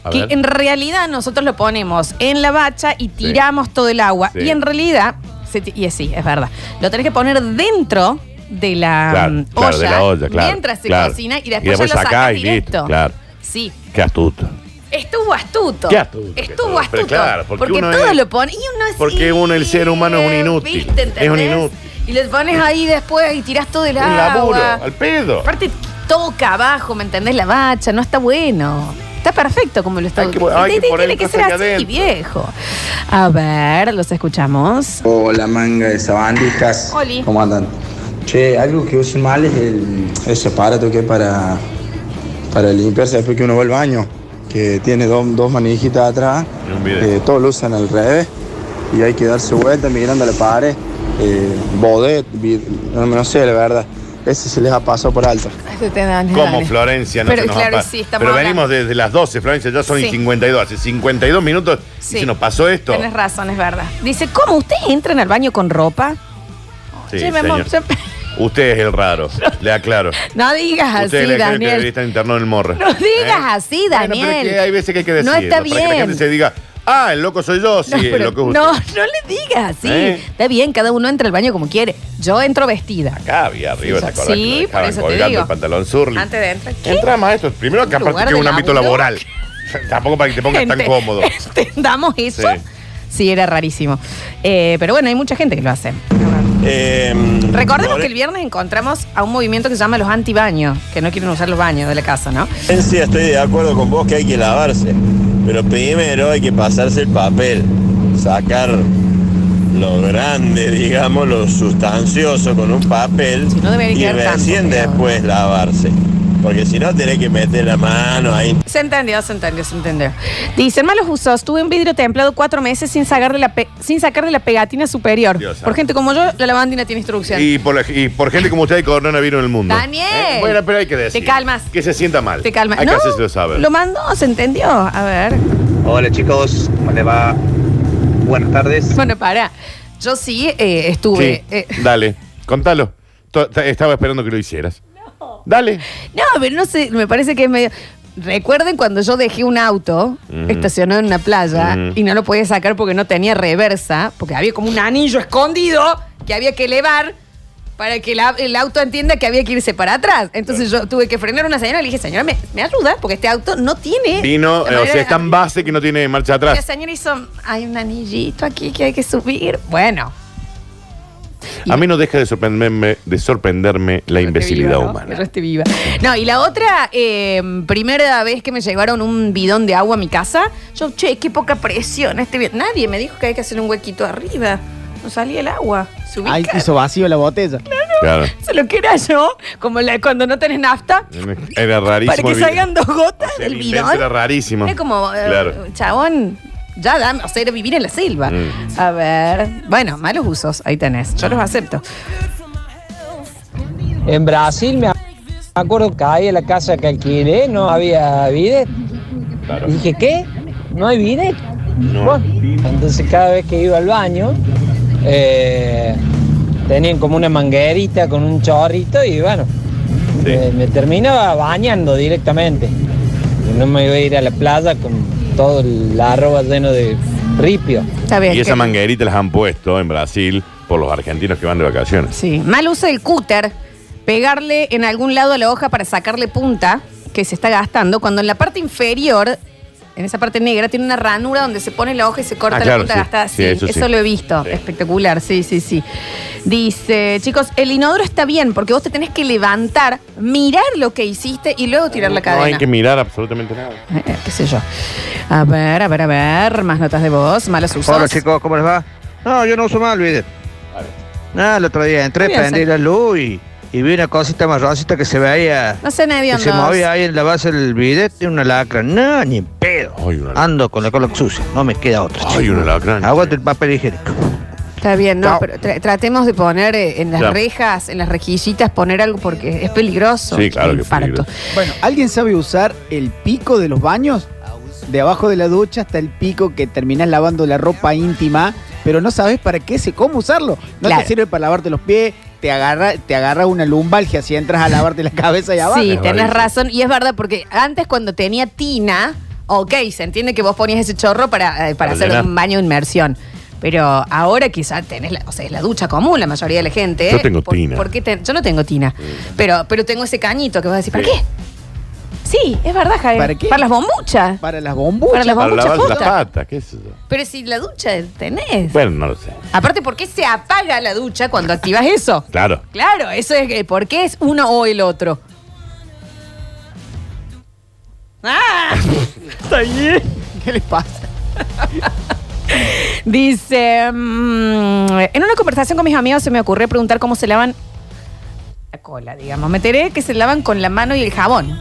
A
que
ver.
en realidad nosotros lo ponemos en la bacha y tiramos todo el agua.
Sí.
Y en realidad, se ti- y es- sí, es verdad, lo tenés que poner dentro de la
Claro,
mm,
claro,
olla,
de la olla, claro.
mientras se
claro.
cocina y después, ya lo
sacás
sacás
y
directo.
listo. Claro.
Sí,
Qué astuto.
estuvo astuto.
Qué astuto que
Estuvo
estuvo. Pero
astuto.
claro, porque uno
todo
es-
lo pone y uno es
Porque uno, el ser humano, es un inútil.
¿Viste?
es un
¿Entendés?
inútil.
Y lo pones ahí después y tirás todo el
Un laburo,
agua.
al pedo.
Aparte, toca abajo, ¿me entendés? La bacha, no está bueno. Está perfecto como lo está.
Hay que po- hay que
Tiene
poner
que
cosas
ser
acá
así,
adentro.
viejo. A ver, los escuchamos.
Hola manga de sabandijas.
Oli.
¿Cómo andan? Che, algo que uso mal es el, ese aparato que es para, para limpiarse después que uno va al baño, que tiene dos, dos manijitas atrás, eh, todos lo usan al revés y hay que darse vuelta mirando la pared, eh, bodet, vi- no, no sé la verdad, ese se les ha pasado por alto.
Te dan-
Como
dale.
Florencia, no
Pero
se nos
claro,
apa-
sí, estamos
Pero
hablando.
venimos desde las 12, Florencia, ya son y
Sí.
52. Hace 52 minutos y
Sí.
se nos pasó esto.
Tienes razón, es verdad. Dice, ¿cómo? ¿Ustedes entran al baño con ropa?
Sí,
Che, mi amor,
señor. Usted es el raro, le aclaro.
No digas
Usted es
así,
el que
Daniel.
debería estar internado en el morro. ¿eh?
No digas así,
Bueno,
Daniel.
pero es que hay veces que hay que decir.
No está
Para que la gente
bien.
se diga, ah, el loco soy yo, sí,
No,
el
pero-
loco es usted.
no, no le digas así.
¿Eh?
Está bien, cada uno entra al baño como quiere. Yo entro vestida.
Acá había arriba,
Sí,
¿te acordás?
sí, por
que lo dejaban
eso te
colgando
digo.
el pantalón surly.
Antes de entrar. ¿qué?
Entra más esto. Primero que
Un
aparte
lugar
que es
de
un ámbito
laburo.
laboral. Tampoco para que te pongas tan
Ente-
cómodo.
¿Entendamos eso? Sí.
Sí.
era rarísimo. Eh, pero bueno, hay mucha gente que lo hace.
Em,
Recordemos que el viernes encontramos a un movimiento que se llama los antibaños, que no quieren usar los baños de la casa, ¿no?
Florencia, estoy de acuerdo con vos que hay que lavarse, pero primero hay que pasarse el papel, sacar lo grande, digamos, lo sustancioso con un papel
debería
y
quedar tanto,
recién después lavarse, porque si no tenés que meter la mano ahí.
Se entendió, se entendió, se entendió. Dicen malos usos. Tuve un vidrio templado cuatro meses sin sacar de la, pe- sin sacar de la pegatina superior.
Dios
Por
santo.
gente como yo, la lavandina tiene instrucción.
Y por, la- y por gente como usted hay coronavirus en el mundo.
Daniel.
Eh, Bueno, pero hay que decir.
Te calmas.
Que se sienta mal.
Te calma.
Hay
No,
que hacérselo saber.
Lo mandó, se entendió. A ver.
Hola chicos, ¿cómo le va? Buenas tardes.
Bueno, para. Yo sí eh, estuve.
Sí,
eh,
Dale, contalo. To- t- Estaba esperando que lo hicieras. Dale.
No, pero no sé, me parece que es medio. Recuerden cuando yo dejé un auto
Mm.
estacionado en una playa
Mm.
y no lo podía sacar porque no tenía reversa, porque había como un anillo escondido que había que elevar para que la- el auto entienda que había que irse para atrás. Entonces yo tuve que frenar a una señora y le dije, señora, ¿me, me ayuda? Porque este auto no tiene...
Vino,
la
eh, o
manera
sea,
de-
es tan base que no tiene marcha
La
atrás.
señora hizo, hay un anillito aquí que hay que subir. Bueno,
A mí no deja de sorprenderme, de sorprenderme la imbecilidad humana.
Pero esté viva. No, y la otra, eh, primera vez que me llevaron un bidón de agua a mi casa, yo, che, qué poca presión. Este bidón. Nadie me dijo que hay que hacer un huequito arriba. No salía el agua. Se ubica.
Ahí hizo vacío la botella.
Claro.
Se lo que era yo, como la, cuando no tenés nafta,
Era rarísimo.
para que
el video.
salgan dos gotas
O sea,
del
el invento
bidón.
Era rarísimo.
Era como, eh,
Claro.
chabón, Ya dame, o sea, era vivir en la selva.
Mm.
A ver, bueno, malos usos, ahí tenés. Yo los acepto.
En Brasil me acuerdo que ahí en la casa que alquilé no había bidet. Y dije, ¿qué? ¿No hay bidet?
No.
Bueno, entonces cada vez que iba al baño, eh, tenían como una manguerita con un chorrito y bueno, me, me terminaba bañando directamente. No me iba a ir a la playa con todo el arroba lleno de ripio.
Está bien.
Y esa
que-
manguerita las han puesto en Brasil por los argentinos que van de vacaciones.
Sí. Mal uso del cúter. Pegarle en algún lado a la hoja para sacarle punta que se está gastando, cuando en la parte inferior, en esa parte negra, tiene una ranura donde se pone la hoja y se corta
Ah,
la
claro,
punta
sí.
gastada.
Sí,
Sí, eso,
eso sí.
lo he visto. Espectacular, sí, sí, sí. Dice, chicos, el inodoro está bien porque vos te tenés que levantar, mirar lo que hiciste y luego tirar la
No hay
cadena. Eh,
que mirar absolutamente nada.
qué sé yo. A ver, a ver, a ver. Más notas de voz, malos usos.
Hola chicos, ¿cómo les va? No, yo no uso más el bidet. Nada, el otro día entré,
Muy bien,
prendí
sí.
la luz y, y vi una cosita marroncita que se veía.
No sean
que se
hediondos.
movía ahí en la base del bidet y una lacra. No, ni en pedo. Ando con la cola sucia, no me queda otra. Ay, una lacra.
Ah,
Aguante el papel higiénico.
Está bien, no,
No.
pero tra- tratemos de poner eh, en las
Claro.
rejas, en las rejillitas, poner algo porque es peligroso. Infarto.
Bueno, ¿alguien sabe usar el pico de los baños? De abajo de la ducha hasta el pico que terminás lavando la ropa íntima, pero no sabes para qué se cómo usarlo. No
Claro.
te sirve para lavarte los pies, te agarra, te agarra una lumbalgia si entras a lavarte la cabeza y abajo.
Sí, tenés razón. Y es verdad, porque antes cuando tenía tina, ok, se entiende que vos ponías ese chorro para, eh, para
Para
hacer
llenar.
un baño de inmersión. Pero ahora quizás tenés la, o sea, es la ducha común, la mayoría de la gente. ¿eh?
Yo tengo
Por-
tina.
¿por qué te- yo no tengo tina. Pero, pero tengo ese cañito que vas a decir, ¿para qué? Sí, es verdad, Javier.
¿Para qué?
Para las bombuchas.
Para las bombuchas.
Para las
Para
bombuchas.
lavarse las
posta.
patas, ¿qué es eso?
Pero si la ducha tenés.
Bueno, no lo sé.
Aparte, ¿por qué se apaga la ducha cuando activas eso?
Claro.
Claro, eso es que, ¿por qué es uno o el otro? ¡Ah! Está bien.
¿Qué le pasa?
Dice, mm, en una conversación con mis amigos se me ocurrió preguntar cómo se lavan la cola, digamos. Me enteré que se lavan con la mano y el jabón.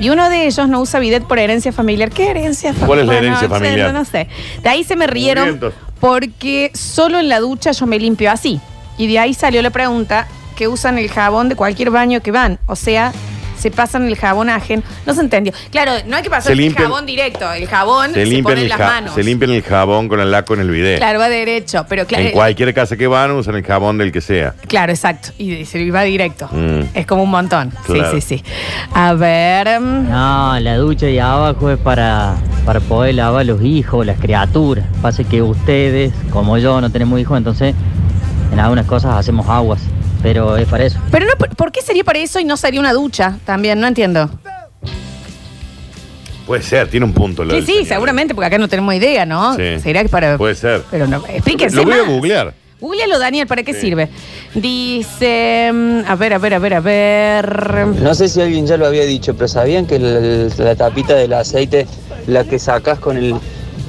Y uno de ellos no usa bidet por herencia familiar. ¿Qué herencia familiar?
¿Cuál es la herencia familiar?
No, no sé. De ahí se me rieron
Movimientos.
porque solo en la ducha yo me limpio así. Y de ahí salió la pregunta que usan el jabón de cualquier baño que van. O sea, se pasan el jabón ajeno. No se entendió. Claro, no hay que pasar
Se
el
limpian-
jabón directo. El jabón se,
Se limpian,
pone en
el
las
ja-
manos.
se limpian el jabón con el laco en el bidet.
Claro, va derecho, pero claro,
en cualquier casa que van usan el jabón del que sea.
claro, exacto. Y se va directo.
Mm.
Es como un montón.
Claro.
Sí, sí, sí. A ver. mm,
No, la ducha de abajo es para, para poder lavar a los hijos, las criaturas. Pasa que ustedes, como yo, no tenemos hijos, entonces en algunas cosas hacemos aguas, pero es para eso.
Pero no, ¿por- ¿por qué sería para eso y no sería una ducha también? No entiendo.
Puede ser, tiene un punto. lo
Sí,
del
sí,
señor.
seguramente, porque acá no tenemos idea, ¿no?
Sí.
Será que para.
Puede ser.
Pero no, explíquense
Lo voy a
más.
googlear.
Googlealo, Daniel, ¿para qué sirve? Dice. mm, A ver, a ver, a ver, a ver.
No sé si alguien ya lo había dicho, pero ¿sabían que el- la tapita del aceite, la que sacas con, el,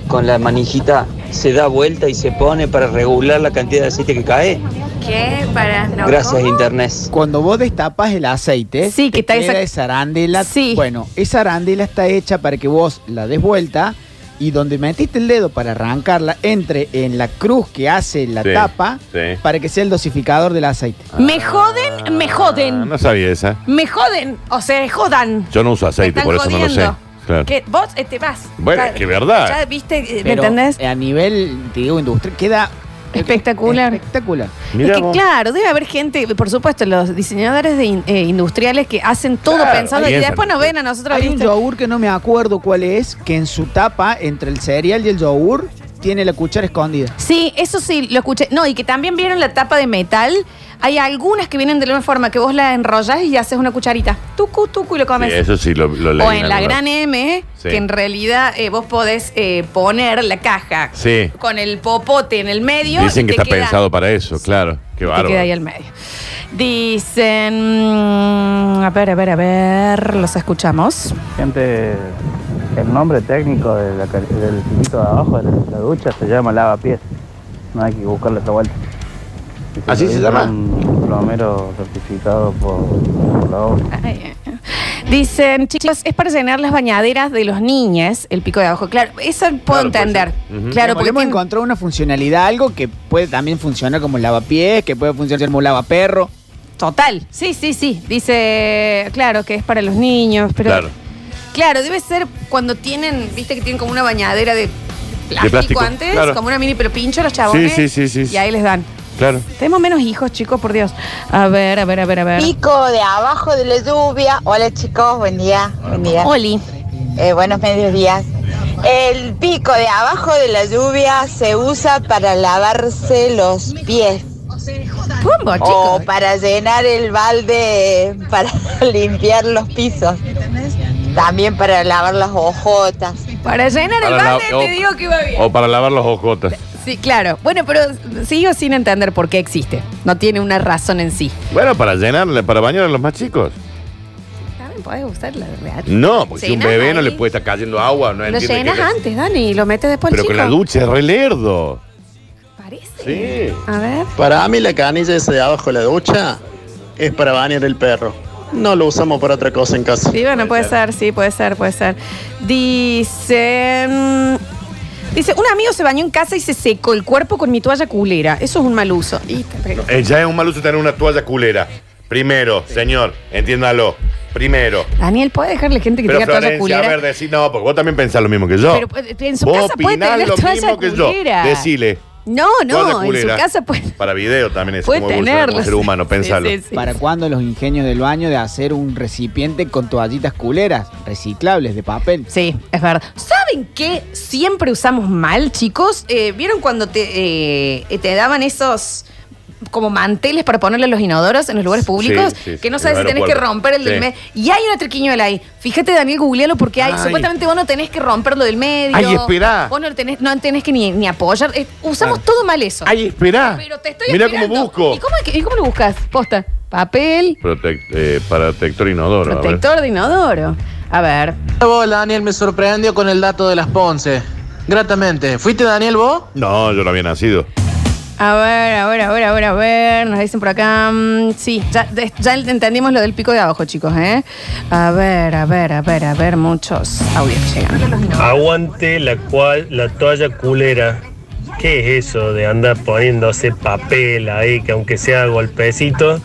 con la manijita, se da vuelta y se pone para regular la cantidad de aceite que cae?
¿Qué? Para. No.
Gracias, Internet.
Cuando vos destapas el aceite,
Sí, que
te
está esa-
queda esa arandela. Bueno, esa arandela está hecha para que vos la des vuelta y donde metiste el dedo para arrancarla, entre en la cruz que hace la
Sí,
tapa
sí.
para que sea el dosificador del aceite.
Me joden, me joden.
Ah, No sabía esa.
Me joden, o sea, jodan.
Yo no uso aceite,
están
por eso no lo sé.
jodiendo.
Claro.
Que vos eh, te vas.
Bueno,
Ya-
que verdad.
Ya viste, eh, ¿me
Pero
entendés?
A nivel, te digo, industrial, queda
Espectacular.
espectacular.
es que claro, debe haber gente, por supuesto, los diseñadores de in- eh, industriales que hacen todo
Claro,
pensando y
piensan.
después nos ven a nosotros.
Hay un
¿viste?
yogur que no me acuerdo cuál es, que en su tapa, entre el cereal y el yogur, tiene la cuchara escondida.
Sí, eso sí, lo escuché. No, y que también vieron la tapa de metal. Hay algunas que vienen de la misma forma, que vos la enrollás y haces una cucharita. Tucu, tucu y lo comes.
Sí, eso sí lo, lo leí
o en la
algún
gran
lado.
M,
Sí.
que en realidad eh, vos podés eh, poner la caja
Sí.
con el popote en el medio.
Dicen
y
que
te
está
queda-
pensado para eso, claro.
Te
Qué
queda ahí
bárbaro.
al medio. Dicen. mm, A ver, a ver, a ver. Los escuchamos.
Gente, el nombre técnico de la ca- del piquito de abajo de la, la ducha se llama lavapiés. No hay que buscarle esa vuelta. Y
¿Así
lo
se
hizo
llama?
Un plomero certificado por, por la obra.
Dicen, chicos, es para llenar las bañaderas de los niños, el pico de abajo. Claro, eso puedo entender. Claro,
porque
porque
hemos
tiene-
encontrado una funcionalidad, algo que puede también funcionar como un lavapiés, que puede funcionar como un lavaperro.
Total. Sí, sí, sí. Dice, claro, que es para los niños, pero.
Claro.
Claro, debe ser cuando tienen, viste que tienen como una bañadera de plástico,
plástico,
antes,
claro.
como una mini, pero pincho los chabones.
Sí, sí, sí, sí, sí.
Y ahí les dan.
Claro.
Tenemos menos hijos, chicos, por Dios. A ver, a ver, a ver, a ver.
Pico de abajo de la lluvia. Hola chicos, buen día. Buen día. Eh,
Oli.
buenos mediodías. El pico de abajo de la lluvia se usa para lavarse los pies.
¿Cómo,
O para llenar el balde, para limpiar los pisos. También para lavar las ojotas.
Para llenar
Para la- o-
que va
O para lavar los ojotas.
Sí, claro. Bueno, pero sigo sin entender por qué existe. No tiene una razón en sí.
Bueno, para llenarle, para bañar a los más chicos.
También podés usar la real.
No, porque si un
Llenas
bebé no
ahí.
le puede estar cayendo agua, no
Lo
entiende
llenas
que-
antes, Dani, y lo metes después al
Pero con la
chico.
ducha es re lerdo.
Sí. A ver.
Para mí la canilla esa de abajo de la ducha es para bañar el perro. No lo usamos para otra cosa en casa.
Sí, bueno, puede ser, sí, puede ser, puede ser. Dice. mm, Dice, un amigo se bañó en casa y se secó el cuerpo con mi toalla culera. Eso es un mal uso. Y te pego.
Eh, ya es un mal uso tener una toalla culera. Primero, señor, entiéndalo. Primero.
Daniel, ¿puede dejarle gente que
Pero
tenga toalla
Florencia, a
culera?
ver, decí, no, porque vos también pensás lo mismo que yo.
Pero eh, en su
vos
casa puede
opinás
tener
lo
toalla
mismo que
culera.
yo. Decile.
No,
Toalla
no, en su
culera.
casa puede.
Para video también es
Puede
como evoluciona
tenerlo,
como ser
sí.
humano, pensalo.
Sí, sí, sí.
¿Para cuándo los ingenios del baño de hacer un recipiente con toallitas culeras, reciclables de papel?
Sí, es verdad. ¿Saben qué siempre usamos mal, chicos? Eh, ¿Vieron cuando te, eh, te daban esos como manteles para ponerle a los inodoros en los lugares públicos?
sí, sí,
que no
en
sabes
los
si tenés que
aeropuertos.
romper el del
Sí.
medio. Y hay una triquiñuela ahí. Fíjate, Daniel, googlealo porque hay.
Ay.
Supuestamente vos no tenés que romperlo del medio.
Ay, esperá. Ah.
Vos no tenés, no tenés que ni, ni apoyar. Eh, usamos todo mal eso.
Ay, esperá.
Pero te estoy
Mirá
explicando.
cómo busco.
¿Y cómo, y cómo lo buscas? Posta. Papel,
Protec- eh, protector inodoro. a ver.
protector de inodoro. A ver.
Hola, Daniel, me sorprendió con el dato de las Ponce. Gratamente. ¿Fuiste Daniel vos?
No, yo no había nacido.
A ver, a ver, a ver, a ver, a ver. Nos dicen por acá. mm, sí, ya, de- ya entendimos lo del pico de abajo, chicos, ¿eh? A ver, a ver, a ver, a ver. Muchos audios llegan.
Aguante la cual la toalla culera. ¿Qué es eso de andar poniéndose papel ahí que aunque sea golpecito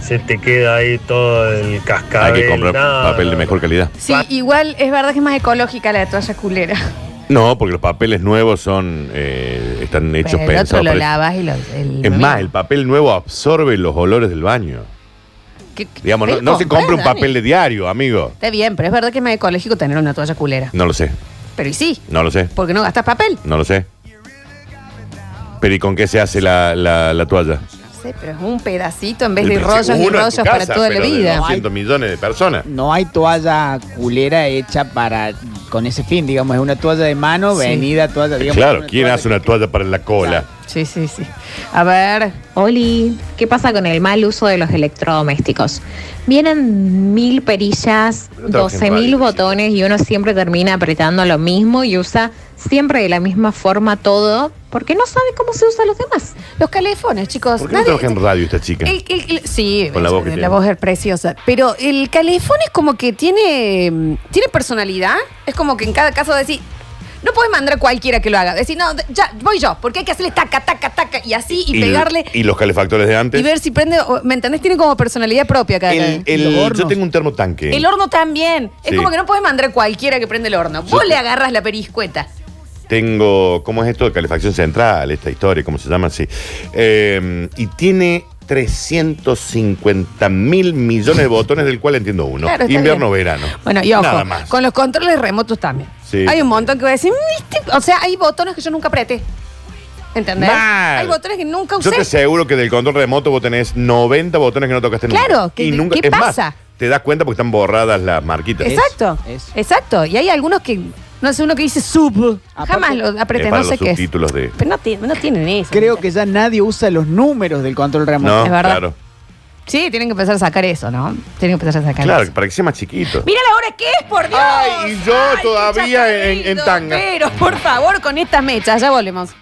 se te queda ahí todo el
Hay
cascabel?
que comprar
Nada.
papel de mejor calidad.
Sí, igual es verdad que es más ecológica la toalla culera.
No, porque los papeles nuevos son eh, están hechos
Pero el otro
pensados.
lo
para-
lavas y lo. el-
es más, el papel nuevo absorbe los olores del baño.
¿Qué-
Digamos, no,
qué
no se
compras,
compra un
Dani?
papel de diario, amigo.
Está bien, pero es verdad que es más ecológico tener una toalla culera.
No lo sé,
Pero y sí,
no lo sé,
porque no gastas papel.
no lo sé. Pero ¿y con qué se hace la, la- la toalla?
No sé, pero es un pedacito en vez de
El-
rollos
uno
y
en tu
rollos para
casa,
toda la
pero de
vida.
200 millones de personas.
No hay toalla culera hecha para con ese fin, digamos, es una toalla de mano,
Sí.
venida toalla, digamos.
Claro, ¿quién hace una toalla para la cola?
Sí, sí, sí. A ver.
Oli, ¿qué pasa con el mal uso de los electrodomésticos? Vienen mil perillas,
Pero trabaja en
12 mil
radio,
botones y uno siempre termina apretando lo mismo y usa siempre de la misma forma todo porque no sabe cómo se usa los demás.
Los calefones, chicos.
¿Por qué no trabaja en radio esta chica?
El- el- el- sí,
Con la voz que tiene.
es preciosa. Pero el calefón es como que tiene, mm, tiene personalidad. Es como que en cada caso decir, no puedes mandar a cualquiera que lo haga. Decir, no, de- ya, voy yo, porque hay que hacerle taca, taca, taca, y así, y, pegarle,
y los calefactores de antes.
y ver si prende. o- ¿Me entendés? Tiene como personalidad propia cada
El,
calefón.
el- yo tengo un termotanque.
El horno también. Es
Sí.
como que no puedes mandar a cualquiera que prende el horno.
Yo
Vos
te-
le agarras la periscueta.
Tengo, ¿cómo es esto? De calefacción central, esta historia, ¿cómo se llama así? Eh, y tiene 350 mil millones de botones, del cual entiendo uno.
Claro, está
Invierno,
bien.
verano.
Bueno, y ojo,
Nada más.
con los controles remotos también.
Sí.
Hay un montón que voy a decir, "Mm, este-". o sea, hay botones que yo nunca apreté. ¿Entendés?
Mal.
Hay botones que nunca
Yo
usé.
te aseguro que del control remoto vos tenés 90 botones que no tocaste nunca.
Claro, que-
y nunca,
¿qué
es más,
pasa?
te das cuenta porque están borradas las marquitas.
Exacto. Exacto. Y hay algunos que, no sé, uno que dice sub. Jamás lo
Es
apreté,
para
no sé
los
qué es.
subtítulos de...
Pero no, ti- no tienen eso.
Creo que ya nadie usa los números del control remoto.
No, claro.
Sí, tienen que empezar a sacar eso, ¿no? Tienen que empezar a sacar
Claro,
eso.
para que sea más chiquito.
Mira la hora que es, por Dios.
Ay, y yo todavía en- en tanga.
Pero, por favor, con estas mechas, ya volvemos.